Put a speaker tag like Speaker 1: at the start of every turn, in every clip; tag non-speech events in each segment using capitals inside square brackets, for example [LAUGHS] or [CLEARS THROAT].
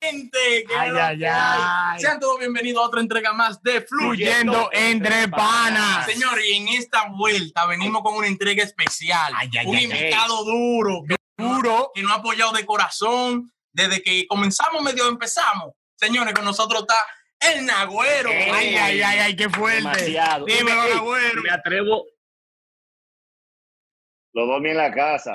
Speaker 1: Gente, ¿qué
Speaker 2: Ay,
Speaker 1: es lo
Speaker 2: ay,
Speaker 1: que
Speaker 2: ay.
Speaker 1: hay? Sean todos bienvenidos a otra entrega más de Fluyendo.
Speaker 3: Fluyendo entre panas.
Speaker 1: Señor, y en esta vuelta venimos con una entrega especial. un invitado duro que,
Speaker 3: Duro.
Speaker 1: que nos ha apoyado de corazón desde que comenzamos, medio empezamos. Señores, con nosotros está el Nagüero.
Speaker 3: Ay, ay, ay, ay, qué fuerte.
Speaker 4: Demasiado.
Speaker 3: Dímelo,
Speaker 4: Ey,
Speaker 3: Nagüero.
Speaker 4: Me atrevo, [LAUGHS]
Speaker 5: Los dos ni en la casa.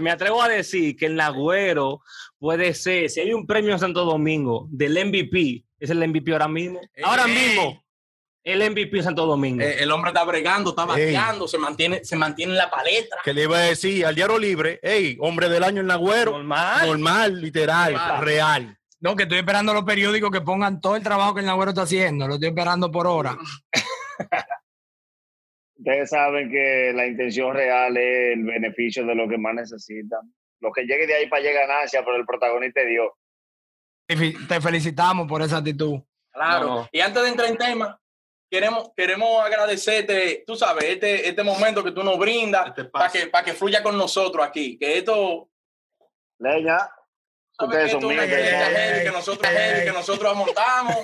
Speaker 4: me atrevo a decir que el Nagüero puede ser, si hay un premio en Santo Domingo del MVP, es el MVP ahora mismo.
Speaker 1: Ey,
Speaker 4: ahora
Speaker 1: ey.
Speaker 4: mismo, el MVP en Santo Domingo.
Speaker 1: Eh, el hombre está bregando, está
Speaker 3: Ey.
Speaker 1: bateando, se mantiene, se mantiene en la palestra.
Speaker 3: Que le iba a decir al diario libre, ey, hombre del año en Nagüero.
Speaker 4: Normal.
Speaker 3: Normal, literal,
Speaker 1: Normal.
Speaker 3: real.
Speaker 2: No, que estoy esperando los periódicos que pongan todo el trabajo que el Nagüero está haciendo. Lo estoy esperando por hora.
Speaker 5: Ustedes saben que la intención real es el beneficio de los que más necesitan. Los que lleguen de ahí para llegar a ganancia, pero el protagonista es Dios.
Speaker 2: Te fe- Te felicitamos por esa actitud.
Speaker 1: Claro.
Speaker 4: No.
Speaker 1: Y antes de entrar en tema, queremos, queremos agradecerte, tú sabes, este, este momento que tú nos brindas para que, para que fluya con nosotros aquí. Que esto.
Speaker 5: Leña,
Speaker 1: ¿sabes que
Speaker 5: Ustedes
Speaker 1: esto
Speaker 5: son
Speaker 1: es una
Speaker 5: míos,
Speaker 1: experiencia
Speaker 2: ustedes.
Speaker 1: heavy que nosotros, heavy que nosotros montamos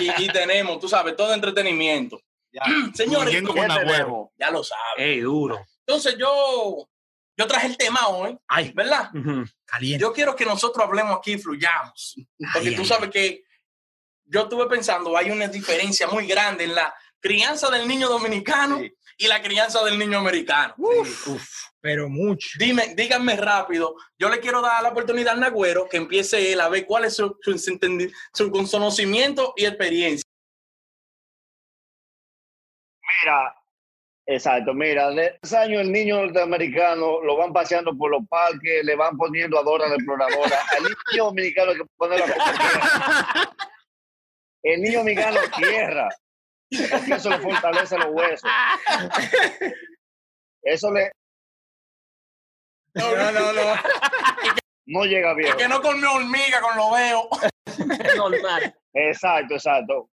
Speaker 1: y, y tenemos, tú sabes, todo entretenimiento. [CLEARS THROAT] Señores,
Speaker 3: Fluyendo
Speaker 5: ¿qué
Speaker 3: con Nagüero.
Speaker 5: tenemos?
Speaker 1: ya lo sabes.
Speaker 4: Ey, duro. [LAUGHS]
Speaker 1: Entonces yo, yo traje el tema hoy,
Speaker 4: Ay.
Speaker 1: ¿verdad?
Speaker 4: Ujú.
Speaker 3: Caliente.
Speaker 1: Yo quiero que nosotros hablemos aquí y fluyamos. Porque
Speaker 3: Ay,
Speaker 1: tú
Speaker 3: ay,
Speaker 1: sabes que yo estuve pensando, hay una diferencia muy grande en la crianza del niño dominicano
Speaker 3: Sí.
Speaker 1: y la crianza del niño americano.
Speaker 2: Pero mucho.
Speaker 1: Dime, díganme rápido, yo le quiero dar la oportunidad al Nagüero que empiece él a ver cuál es su, su, entendi- su conocimiento y experiencia.
Speaker 5: Mira, exacto, mira, de tres años el niño norteamericano lo van paseando por los parques, le van poniendo a Dora la exploradora. Al niño dominicano hay que ponerlo a correr. El niño dominicano tierra. Porque eso le fortalece los huesos. Eso le
Speaker 1: No, no, no.
Speaker 5: no llega bien.
Speaker 1: [LAUGHS] que no comió hormiga con lo veo.
Speaker 4: Normal.
Speaker 5: Exacto, exacto.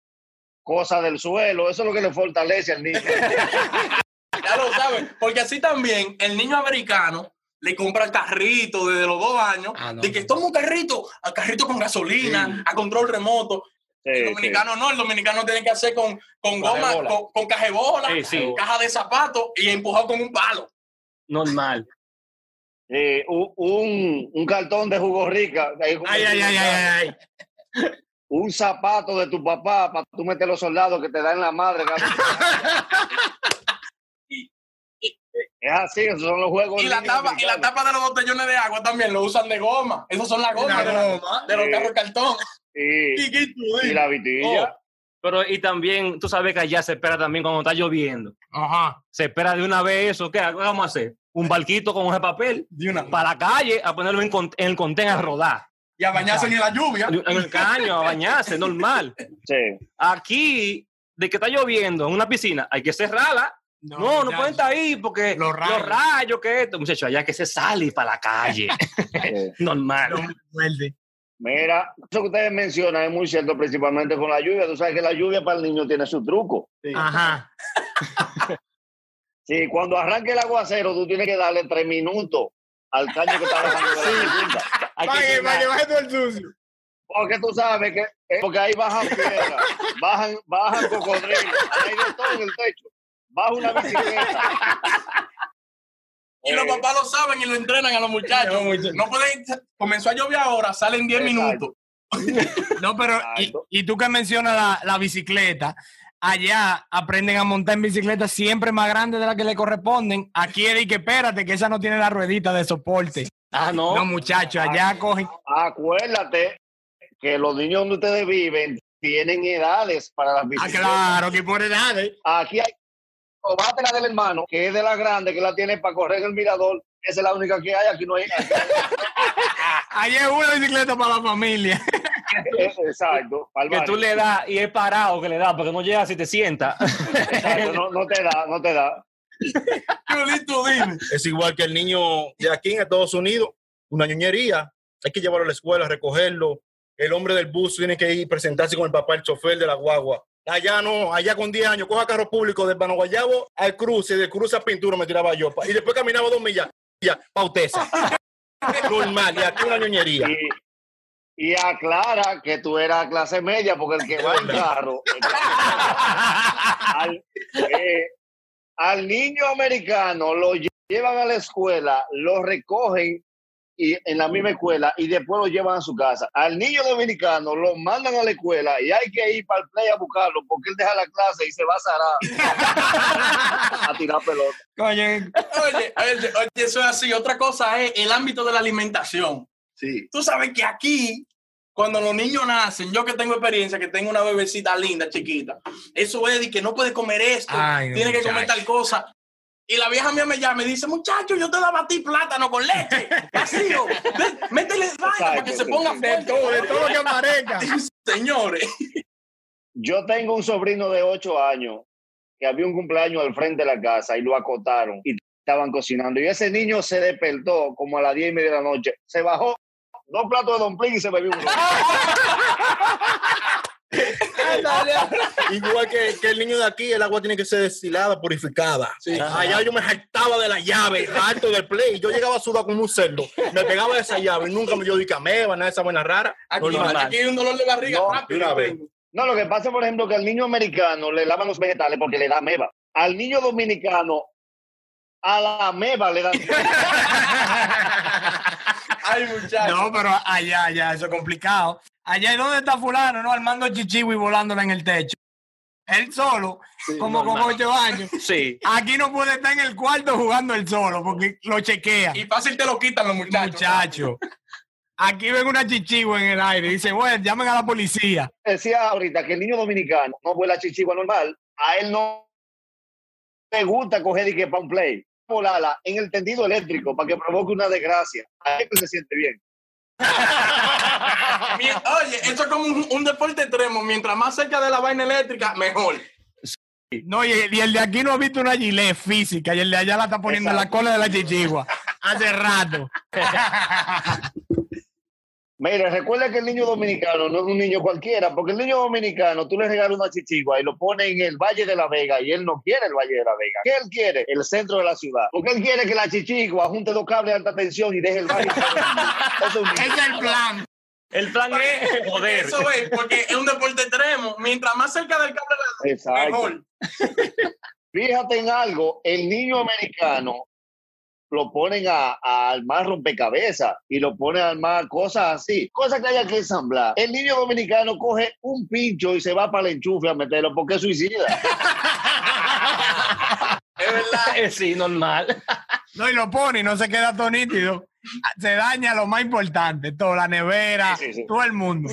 Speaker 5: Cosa del suelo, eso es lo que le fortalece al niño.
Speaker 1: Ya lo saben, porque así también el niño americano le compra el carrito desde los dos años,
Speaker 2: Ah, no.
Speaker 1: de que toma un carrito, a carrito con gasolina, a control remoto.
Speaker 5: Sí,
Speaker 1: el
Speaker 5: sí.
Speaker 1: dominicano no, el dominicano tiene que hacer con, con goma,
Speaker 3: Cajebola.
Speaker 1: con, con cajebola,
Speaker 4: Sí, sí.
Speaker 1: caja de zapatos y empujado con un palo.
Speaker 4: Normal.
Speaker 5: Eh, u- un, un cartón de jugo rica. ahí como
Speaker 3: Ay,
Speaker 5: el
Speaker 3: ay, ay, ay, ay.
Speaker 5: un zapato de tu papá para tú meter los soldados que te dan la
Speaker 1: [LAUGHS]
Speaker 5: madre. cabrón. es así, esos son los juegos.
Speaker 1: Y la,
Speaker 5: niños
Speaker 1: tapa, y la
Speaker 5: dominicanos.
Speaker 1: tapa de los botellones de agua también lo usan de goma. Esas son las gomas de, la- de los
Speaker 5: Sí.
Speaker 1: carros de cartón.
Speaker 5: Y,
Speaker 1: ¿Qué- qué tú Oh.
Speaker 5: y
Speaker 1: dices?
Speaker 5: la vitilla.
Speaker 4: Oh, Pero y también, tú sabes que allá se espera también cuando está lloviendo.
Speaker 2: Ajá.
Speaker 4: Se espera de una vez eso. ¿Qué ¿Qué vamos a hacer? Un barquito con un papel
Speaker 1: De una-
Speaker 4: para la calle a ponerlo en, con- en el contén a rodar.
Speaker 1: Y a bañarse en la lluvia.
Speaker 4: En en el caño, a bañarse, normal.
Speaker 5: Sí.
Speaker 4: Aquí, de que está lloviendo en una piscina, hay que cerrarla. No, no,
Speaker 2: ya.
Speaker 4: pueden estar ahí porque
Speaker 2: Los
Speaker 4: los
Speaker 2: rayos.
Speaker 4: rayos, que esto, muchachos, allá que se sale para la calle. [LAUGHS]
Speaker 5: sí.
Speaker 4: normal.
Speaker 2: Pero muy fuerte.
Speaker 5: Mira, eso que ustedes mencionan es muy cierto, principalmente con la lluvia. Tú sabes que la lluvia para el niño tiene su truco.
Speaker 2: Ajá.
Speaker 5: [LAUGHS] Sí, cuando arranque el aguacero, tú tienes que darle tres minutos al caño que está bajando de la segunda.
Speaker 4: Hay que llegar.
Speaker 5: Porque tú sabes que eh, porque ahí bajan
Speaker 4: [LAUGHS]
Speaker 5: piedras, bajan, bajan cocodrilos, hay de todo en el techo, baja una bicicleta.
Speaker 1: Y los
Speaker 5: Eh,
Speaker 1: papás lo saben y lo entrenan a los muchachos. No pueden, comenzó a llover ahora, salen 10
Speaker 5: Exacto.
Speaker 1: minutos.
Speaker 2: No, pero y,
Speaker 5: Exacto.
Speaker 2: y tú que mencionas la, la bicicleta, allá aprenden a montar en bicicleta siempre más grande de la que le corresponden. Aquí es de que espérate, que esa no tiene la ruedita de soporte.
Speaker 4: Ah, no.
Speaker 2: No, muchachos, allá cogen.
Speaker 5: Acuérdate que los niños donde ustedes viven tienen edades para las
Speaker 2: Ah,
Speaker 5: bicicletas.
Speaker 2: claro, que por edades.
Speaker 5: Aquí hay o bate la del hermano, que es de la grande, que la tiene para correr en el mirador. Esa es la
Speaker 4: [LAUGHS]
Speaker 5: única que hay, aquí no hay.
Speaker 2: Allá es una bicicleta para la familia.
Speaker 5: eh, exacto.
Speaker 4: Que tú le das y es parado que le das, porque no llega si te sientas.
Speaker 5: Exacto, no, no te da, no te da.
Speaker 1: Chulito, dime.
Speaker 3: Es igual que el niño de aquí en Estados Unidos, una niñería. Hay que llevarlo a la escuela, recogerlo. El hombre del bus tiene que ir presentarse con el papá, el chofer de la guagua. Allá no, allá con 10 años, coja carro público de Guayabo al cruce, de cruce a pintura me tiraba yo. pa- Y después caminaba dos millas, ya, pauteza. Normal, y aquí una ñoñería.
Speaker 5: Y, y aclara que tú eras clase media, porque el que va en carro. al, eh, al niño americano lo lle- llevan a la escuela, lo recogen y, en la misma escuela y después lo llevan a su casa. Al niño dominicano lo mandan a la escuela y hay que ir para el play a buscarlo porque él deja la clase y se va a [LAUGHS] zarar a tirar pelota.
Speaker 2: Coño,
Speaker 1: Oye, oye, oye, eso es así. Otra cosa es el ámbito de la alimentación.
Speaker 5: Sí.
Speaker 1: Tú sabes que aquí, cuando los niños nacen, yo que tengo experiencia, que tengo una bebecita linda, chiquita, eso es de que no puede comer esto,
Speaker 2: Ay, no,
Speaker 1: tiene que comer
Speaker 2: muchacho.
Speaker 1: tal cosa. Y la vieja mía me llama y dice, muchacho, yo te daba a ti plátano con
Speaker 2: [LAUGHS]
Speaker 1: leche, vacío. Ven, Métele vaina para que
Speaker 5: Exacto,
Speaker 1: se ponga
Speaker 5: sí,
Speaker 1: fuerte.
Speaker 3: Todo, de todo lo que aparezca.
Speaker 1: Señores,
Speaker 5: Yo tengo un sobrino de ocho años que había un cumpleaños al frente de la casa y lo acotaron y estaban cocinando. Y ese niño se despertó como a las diez y media de la noche. Se bajó dos platos de dumpling y se bebió uno.
Speaker 3: Igual que, que el niño de aquí, el agua tiene que ser destilada, purificada. Allá yo me jactaba de la llave, harto del play. Yo llegaba a sudar como un cerdo. Me pegaba esa llave y nunca me dio dicameba, nada de esa buena rara.
Speaker 1: aquí,
Speaker 3: Normal.
Speaker 1: aquí hay un dolor de barriga
Speaker 5: No,
Speaker 1: rápido.
Speaker 3: mira, a ver.
Speaker 5: No, lo que pasa, por ejemplo, que al niño americano le lavan los vegetales porque le da meba. Al niño dominicano, a la meba le dan.
Speaker 1: Ay, muchachos.
Speaker 2: [LAUGHS] No, pero allá, allá, eso es complicado. Allá, ¿y dónde está fulano? No, armando chichiwi volándola en el techo. Él solo, como con
Speaker 4: normal.
Speaker 2: ocho años.
Speaker 4: Sí.
Speaker 2: Aquí no puede estar en el cuarto jugando él solo, porque lo chequea.
Speaker 1: Y fácil te lo quitan los muchachos.
Speaker 2: Muchacho. Aquí ven una chichigua en el aire. Dice, bueno, llamen a la policía.
Speaker 5: Decía ahorita que el niño dominicano no vuela chichigua normal. A él no le gusta coger y que pa' un play. Volala en el tendido eléctrico para que provoque una desgracia. A él se siente bien.
Speaker 1: Mi- Oye, esto es como un, un deporte extremo. Mientras más cerca de la vaina eléctrica, mejor.
Speaker 2: No, y el, y el de aquí no ha visto una gilet física y el de allá la está poniendo en la
Speaker 5: Exacto.
Speaker 2: cola de la chichigua. Hace rato.
Speaker 5: Mira, recuerda que el niño dominicano no es un niño cualquiera, porque el niño dominicano tú le regalas una chichigua y lo pone en el Valle de la Vega y él no quiere el Valle de la Vega. ¿Qué él quiere? El centro de la ciudad. Porque él quiere que la chichigua junte dos cables de alta tensión y deje el valle. Eso es un niño.
Speaker 2: Ese es el plan.
Speaker 4: El plan es joder.
Speaker 1: Eso es, porque es un deporte extremo. Mientras más cerca del cable, la-
Speaker 5: Exacto.
Speaker 1: mejor.
Speaker 5: Fíjate en algo, el niño americano lo ponen a, a armar rompecabezas y lo ponen a armar cosas así, cosas que haya que ensamblar. El niño dominicano coge un pincho y se va para el enchufe a meterlo porque
Speaker 4: [LAUGHS]
Speaker 5: es suicida.
Speaker 1: Es verdad.
Speaker 4: Eh, [LAUGHS] Sí, normal. [LAUGHS]
Speaker 2: No, y lo pone y no se queda todo nítido. Se daña lo más importante, todo, la nevera,
Speaker 5: Sí, sí, sí.
Speaker 2: todo el mundo.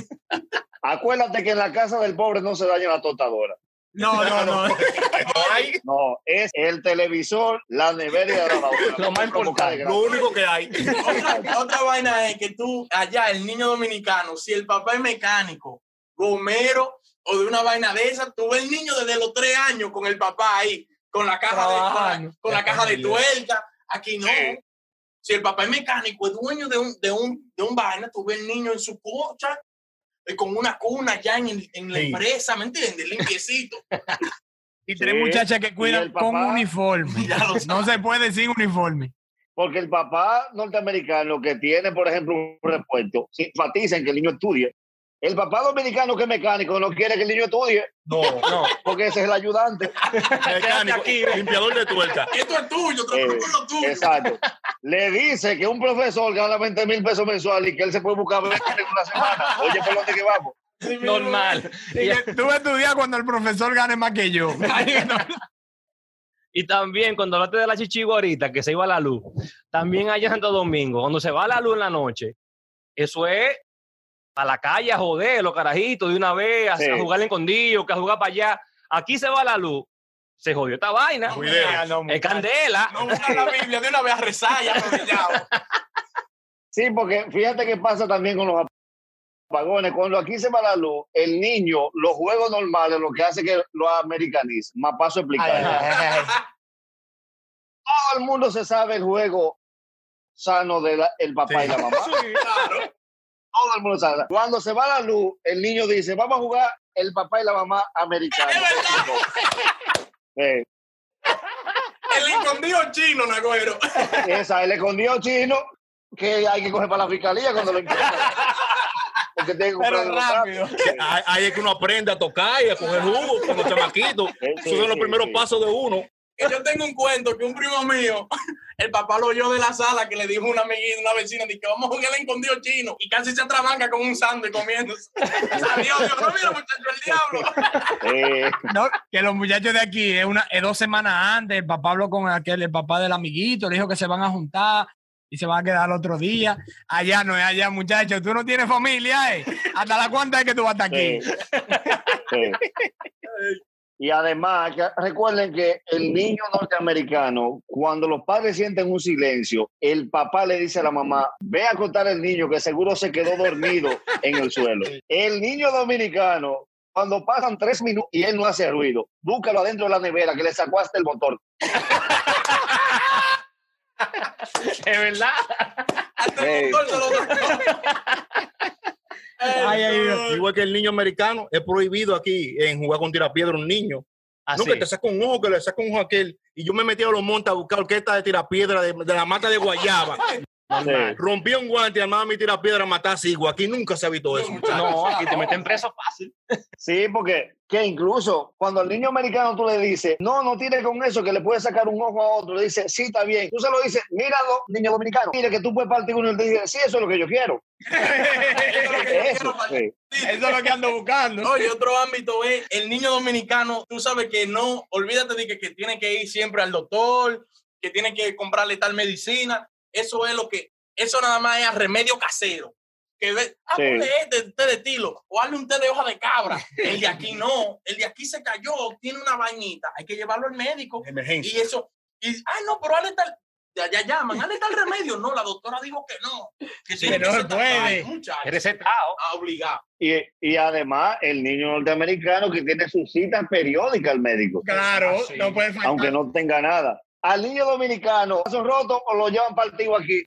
Speaker 5: Acuérdate que en la casa del pobre no se daña la tostadora. [LAUGHS]
Speaker 2: No, no, no.
Speaker 5: No, es el televisor, la nevera y la lavadora.
Speaker 4: Lo más
Speaker 5: Provoca
Speaker 4: importante.
Speaker 5: desgracia.
Speaker 3: Lo único
Speaker 5: [LAUGHS]
Speaker 3: que hay.
Speaker 1: Otra, otra vaina es que tú, allá, el niño dominicano, si el papá es mecánico, gomero o de una vaina de esa, tú ves el niño desde los tres años con el papá ahí, con la caja, de, con la,
Speaker 4: Trabajando.
Speaker 1: con la caja de tuerca. Aquí no. Si el papá es mecánico, es dueño de un, de un, de un vaina, tú ves el niño en su cocha, eh, con una cuna ya en, el- en la
Speaker 3: Sí.
Speaker 1: empresa, ¿me entiendes? Limpiecito. [LAUGHS]
Speaker 2: Y tres
Speaker 5: Sí,
Speaker 2: muchachas que
Speaker 5: y
Speaker 2: cuidan
Speaker 5: el
Speaker 2: con
Speaker 5: papá- [LAUGHS]
Speaker 2: uniforme.
Speaker 1: Ya lo
Speaker 2: No se puede sin uniforme.
Speaker 5: Porque el papá norteamericano que tiene, por ejemplo, un repuesto, se enfatiza en que el niño estudie. El papá dominicano que es mecánico no quiere que el niño estudie
Speaker 3: No, no.
Speaker 5: [LAUGHS] porque ese es el ayudante.
Speaker 3: Mecánico,
Speaker 4: aquí.
Speaker 3: limpiador de tuerca.
Speaker 1: Esto es tuyo, trabaja
Speaker 5: Eh,
Speaker 1: con lo tuyo.
Speaker 5: Exacto. Le dice que un profesor gana 20 mil pesos mensuales y que él se puede buscar 20 en una semana. Oye, ¿por dónde que vamos?
Speaker 1: Sí, mi hermano.
Speaker 4: Normal.
Speaker 2: Y que tú vas a estudiar cuando el profesor gane más que
Speaker 5: [LAUGHS]
Speaker 2: yo.
Speaker 4: Y también cuando hablaste de la chichigua ahorita, que se iba la luz, también allá en Santo Domingo, cuando se va la luz en la noche, eso es a la calle a joder, los carajitos de una vez, a,
Speaker 5: Sí.
Speaker 4: a jugar escondido, que a jugar para allá. Aquí se va la luz, se jodió esta vaina,
Speaker 3: Cuidado.
Speaker 4: es candela.
Speaker 1: No busca la Biblia de una vez a rezar ya arrodillado.
Speaker 5: Sí, porque fíjate qué pasa también con los apagones. Cuando aquí se va la luz, el niño, los juegos normales, lo que hace que lo americaniza. Más paso a explicar. Todo el mundo se sabe el juego sano del el papá y la mamá.
Speaker 1: Claro.
Speaker 5: Todo el mundo sabe. Cuando se va la luz, el niño dice, vamos a jugar el papá y la mamá americanos. Eh,
Speaker 1: El escondido chino, Nagüero.
Speaker 5: esa, el escondido chino que hay que coger para la fiscalía cuando lo encuentran. Porque tiene que comprarlo
Speaker 3: Que Ahí ahí es que uno aprende a tocar y a coger jugo con los chamaquitos.
Speaker 5: Sí,
Speaker 3: Esos
Speaker 5: sí,
Speaker 3: son los
Speaker 5: sí,
Speaker 3: primeros
Speaker 5: sí.
Speaker 3: pasos de uno.
Speaker 1: Que yo tengo un cuento que un primo mío, [LAUGHS] el papá lo oyó de la sala que le dijo una amiguita, una vecina, de que vamos a jugar el escondido chino. Y casi se atrabanca con un sándwich comiéndose. [LAUGHS] Salió, dijo, no, mira, muchacho, el diablo.
Speaker 5: Eh,
Speaker 2: No, que los muchachos de aquí, es una, es dos semanas antes, el papá habló con aquel, el papá del amiguito, le dijo que se van a juntar y se van a quedar el otro día. Allá no es allá, muchachos, tú no tienes familia, ¿eh? ¿Hasta la cuánta es que tú vas a estar aquí?
Speaker 5: Sí. Sí. Y además, que recuerden que el niño norteamericano, cuando los padres sienten un silencio, el papá le dice a la mamá, ve a contar al niño que seguro se quedó dormido en el suelo. El niño dominicano, cuando pasan tres minutos y él no hace ruido, búscalo adentro de la nevera que le sacó hasta el motor.
Speaker 4: [LAUGHS] Es verdad.
Speaker 1: Hasta
Speaker 5: Ey.
Speaker 1: el motor se lo sacó.
Speaker 2: Ay, ay, Dios.
Speaker 3: Igual que el niño americano, es prohibido aquí en jugar con tirapiedra un niño.
Speaker 4: Así.
Speaker 3: No, que te saca un ojo, que le saca un ojo a aquel. Y yo me metí a los montes a buscar orquesta de tirapiedra de, de la mata
Speaker 4: [LAUGHS]
Speaker 3: de Guayaba.
Speaker 5: Sí.
Speaker 3: Rompí un guante y armaba mi tirapiedra a matar a Sigua. Aquí nunca se ha visto eso. muchacho.
Speaker 4: No, aquí te meten preso fácil.
Speaker 5: Sí, porque que incluso cuando al niño americano tú le dices, no, no tires con eso, que le puedes sacar un ojo a otro, le dices, sí, está bien. Tú se lo dices, míralo, niño dominicano, mire que tú puedes partir uno y él te dice, sí, eso es lo que yo quiero. Eso, sí.
Speaker 2: Eso es lo que ando buscando.
Speaker 1: Oye, otro ámbito es el niño dominicano. Tú sabes que no, olvídate de que, que tiene que ir siempre al doctor, que tiene que comprarle tal medicina. Eso es lo que, eso nada más es remedio casero. Que ve, ah,
Speaker 5: Sí.
Speaker 1: ponle este té de tilo o hazle un té de hoja de cabra. El de aquí no, el de aquí se cayó, tiene una vainita. Hay que llevarlo al médico.
Speaker 3: Emergencia.
Speaker 1: Y eso, y, ah, no, pero hazle tal. De allá llaman, hazle tal remedio. No, la doctora dijo que no. Que, tiene
Speaker 2: que no
Speaker 1: ser
Speaker 2: se
Speaker 1: tal
Speaker 2: puede.
Speaker 1: vaina, muchacho.
Speaker 4: Eres setado.
Speaker 1: Ah, obligado.
Speaker 5: Y, y además, el niño norteamericano que tiene sus citas periódicas al médico,
Speaker 4: Ah,
Speaker 2: Claro, no puede faltar.
Speaker 5: aunque no tenga nada. Al niño dominicano, ¿son roto o lo llevan partido aquí?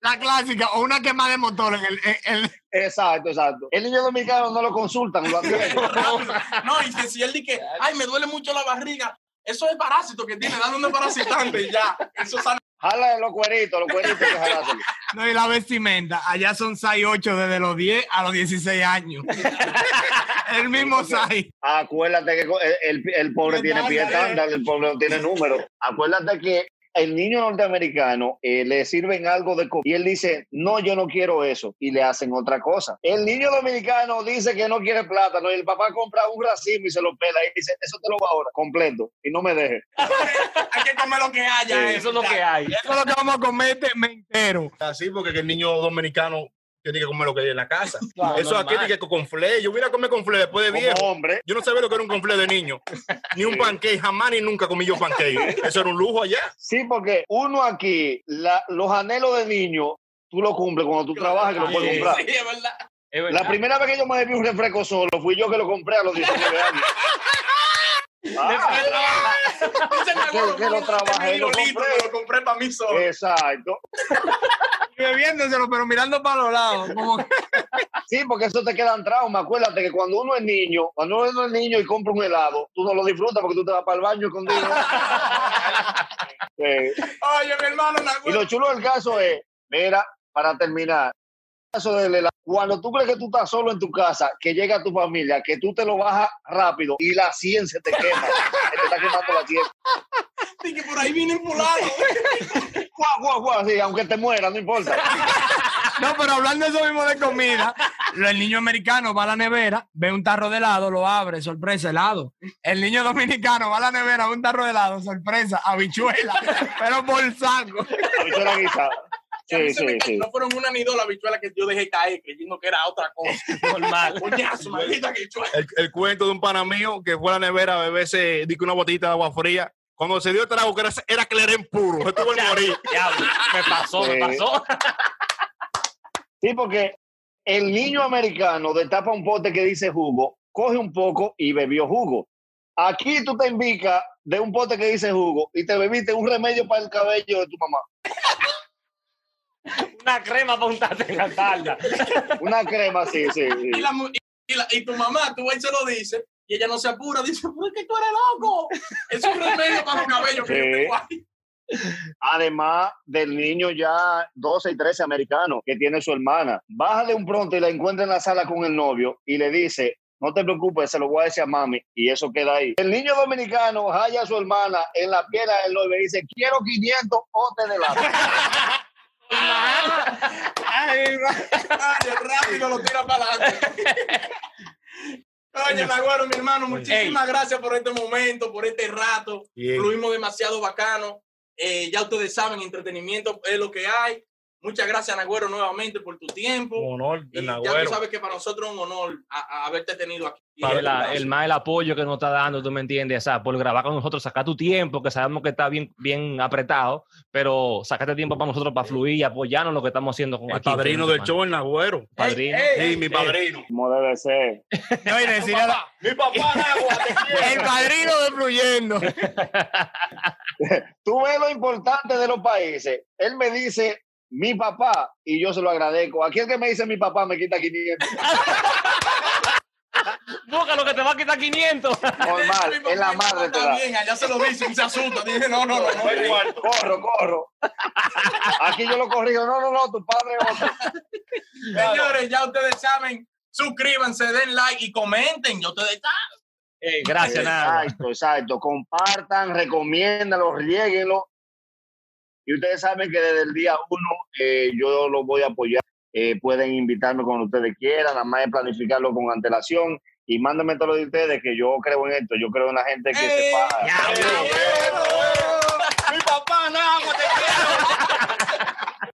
Speaker 2: La clásica, o una quema de motor en el, en el-
Speaker 5: Exacto, exacto. El niño dominicano no lo consultan, lo atienden.
Speaker 1: No, y que si él dice que, ay, me duele mucho la barriga, eso es parásito que tiene, dale un parasitante y ya. Eso sale.
Speaker 5: Jala los cueritos, los cueritos que jalárselo.
Speaker 2: no, y la vestimenta. Allá son 6, 8 desde los 10 a los 16 años. [LAUGHS] el mismo 6.
Speaker 5: Acuérdate que co- el, el- el pobre
Speaker 4: Pues
Speaker 2: No,
Speaker 5: tiene
Speaker 2: no,
Speaker 5: pie
Speaker 2: no, no.
Speaker 5: estándar, el pobre no tiene número. Acuérdate que el niño norteamericano eh, le sirven algo de comida y él dice, no, yo no quiero eso, y le hacen otra cosa. El niño dominicano dice que no quiere plátano y el papá compra un racimo y se lo pela y dice, eso te lo va ahora, completo, y no me dejes.
Speaker 1: Hay que comer lo que haya.
Speaker 5: Sí,
Speaker 1: eh,
Speaker 4: Eso es lo que
Speaker 1: ya.
Speaker 4: hay.
Speaker 2: Eso es lo que vamos a comer este mes entero.
Speaker 3: Así, porque el niño dominicano tiene que comer lo que hay en
Speaker 4: [LAUGHS]
Speaker 3: la casa.
Speaker 4: Claro,
Speaker 3: eso aquí
Speaker 4: normal.
Speaker 3: tiene que con fle. Yo vine a comer con fle después de viejo.
Speaker 5: Como hombre,
Speaker 3: Yo no sabía lo que era un conflé
Speaker 4: [LAUGHS]
Speaker 3: de niño. Ni un pancake. Jamás ni nunca comí yo pancake. Eso era un lujo allá.
Speaker 5: sí, porque uno aquí, la- los anhelos de niño, tú lo cumples cuando tú trabajas que lo puedes
Speaker 4: Sí,
Speaker 5: comprar.
Speaker 1: Sí, es verdad.
Speaker 4: Es verdad.
Speaker 5: La primera vez que yo me bebí un refresco solo fui yo que lo compré a los 19 años. Ah,
Speaker 1: Dice mi abuelo,
Speaker 5: que lo
Speaker 1: "Mami,
Speaker 5: trabajé,
Speaker 1: mi
Speaker 5: lo
Speaker 1: librito,
Speaker 5: compré".
Speaker 1: me lo compré para mí solo.
Speaker 5: exacto.
Speaker 2: Y bebiéndoselo, pero mirando para los lados. Como que-
Speaker 5: Sí, porque eso te quedan traumas. Acuérdate que cuando uno es niño, cuando uno es niño y compra un helado, tú no lo disfrutas porque tú te vas para el
Speaker 1: [LAUGHS]
Speaker 5: baño escondido. Sí.
Speaker 1: Oye, mi hermano,
Speaker 5: Y lo
Speaker 1: Nagüero,
Speaker 5: chulo del caso es, mira, para terminar, el caso del helado, cuando tú crees que tú estás solo en tu casa, que llega tu familia, que tú te lo bajas rápido y la sien se te quema, se te está quemando
Speaker 1: [LAUGHS]
Speaker 5: la sien.
Speaker 1: di que por ahí viene impulado.
Speaker 5: [LAUGHS] Guau, guau, guau, sí, aunque te muera, no importa.
Speaker 2: No, pero hablando de eso mismo de comida, lo- el niño americano va a la nevera, ve un tarro de helado, lo abre, sorpresa, helado. El niño dominicano va a la nevera, ve un tarro de helado, sorpresa, habichuela, pero por saco.
Speaker 5: La bichuela guisada.
Speaker 1: Y [LAUGHS] a mí
Speaker 5: Sí,
Speaker 1: se me
Speaker 5: sí,
Speaker 1: cayó,
Speaker 5: sí.
Speaker 1: No fueron una ni dos las bichuelas que yo dejé caer creyendo que era otra [LAUGHS] cosa.
Speaker 4: Normal.
Speaker 1: Coñazo, maldita bichuela.
Speaker 3: El, el cuento de un pana mío que fue a la nevera a beberse dice, una botita de agua fría. Cuando se dio el trago, que era, era clerén puro. Se tuvo el morir.
Speaker 4: Diablo, me pasó, me
Speaker 5: Sí.
Speaker 4: pasó.
Speaker 5: Sí, porque el niño americano destapa un pote que dice jugo, coge un poco y bebió jugo. Aquí tú te invicas de un pote que dice jugo y te bebiste un remedio para el cabello de tu mamá.
Speaker 4: Una crema para untarte en la tarda.
Speaker 5: Una crema, sí, sí. sí.
Speaker 1: Y, la mu- y la- y tu mamá, tú él se lo dice y ella no se apura, dice, ¿por qué tú eres loco? Es un remedio para los cabellos que yo
Speaker 5: Sí.
Speaker 1: tengo ahí.
Speaker 5: Además del niño ya 12 y 13 americano que tiene su hermana. Baja de un pronto y la encuentra en la sala con el novio y le dice, no te preocupes, se lo voy a decir a mami. Y eso queda ahí. El niño dominicano halla a su hermana en la pierna del novio y dice, quiero 500 otes de la...
Speaker 2: Ay,
Speaker 1: Ay, rápido lo tira para
Speaker 3: [LAUGHS]
Speaker 1: adelante. Oye, Nagüero, mi hermano, muchísimas gracias por este momento, por este rato.
Speaker 3: Bien.
Speaker 1: Fluimos demasiado bacano. Eh, ya ustedes saben, entretenimiento es lo que hay. Muchas gracias, Nagüero, nuevamente por tu tiempo.
Speaker 3: Un honor
Speaker 1: Y
Speaker 3: de
Speaker 1: ya
Speaker 3: Nagüero.
Speaker 1: tú sabes que para nosotros es un honor a- a haberte tenido aquí.
Speaker 4: Y el, el más el apoyo que nos está dando, tú me entiendes, o sea, por grabar con nosotros, sacar tu tiempo, que sabemos que está bien, bien apretado, pero sacate tiempo para nosotros para fluir y apoyarnos en lo que estamos haciendo con
Speaker 3: El
Speaker 4: aquí.
Speaker 3: padrino del show, el Nagüero.
Speaker 4: Padrino.
Speaker 3: Sí,
Speaker 1: Eh,
Speaker 3: mi padrino.
Speaker 5: Como debe ser.
Speaker 2: No, y decirle a la-
Speaker 3: Mi papá Nagua, te
Speaker 2: el padrino de fluyendo.
Speaker 5: Tú ves lo importante de los países. Él me dice, mi papá, y yo se lo agradezco. Aquel que me dice mi papá me quita 500.
Speaker 4: Busca lo que te va a quitar 500.
Speaker 1: Eso,
Speaker 5: Normal,
Speaker 1: [LAUGHS] mi
Speaker 5: es
Speaker 1: papá,
Speaker 5: la
Speaker 1: mi
Speaker 5: madre.
Speaker 1: papá
Speaker 5: Te da.
Speaker 1: también, allá se lo dicen, se asusta. Dice, no, no, no. no. [LAUGHS]
Speaker 5: Corro, corro. Aquí yo lo corrijo. No, no, no, tu padre es otro.
Speaker 1: Señores, ya ustedes saben, suscríbanse, den like y comenten. Ya ustedes están.
Speaker 4: Ey, gracias, nada.
Speaker 5: Exacto, exacto. Compartan, recomiéndalo, rieguenlo. Y ustedes saben que desde el día uno eh, yo lo voy a apoyar. Eh, pueden invitarme cuando ustedes quieran, nada más es planificarlo con antelación. Y mándenme todo lo de ustedes, que yo creo en esto. Yo creo en la gente que se paga.
Speaker 3: Mi papá Nagua, te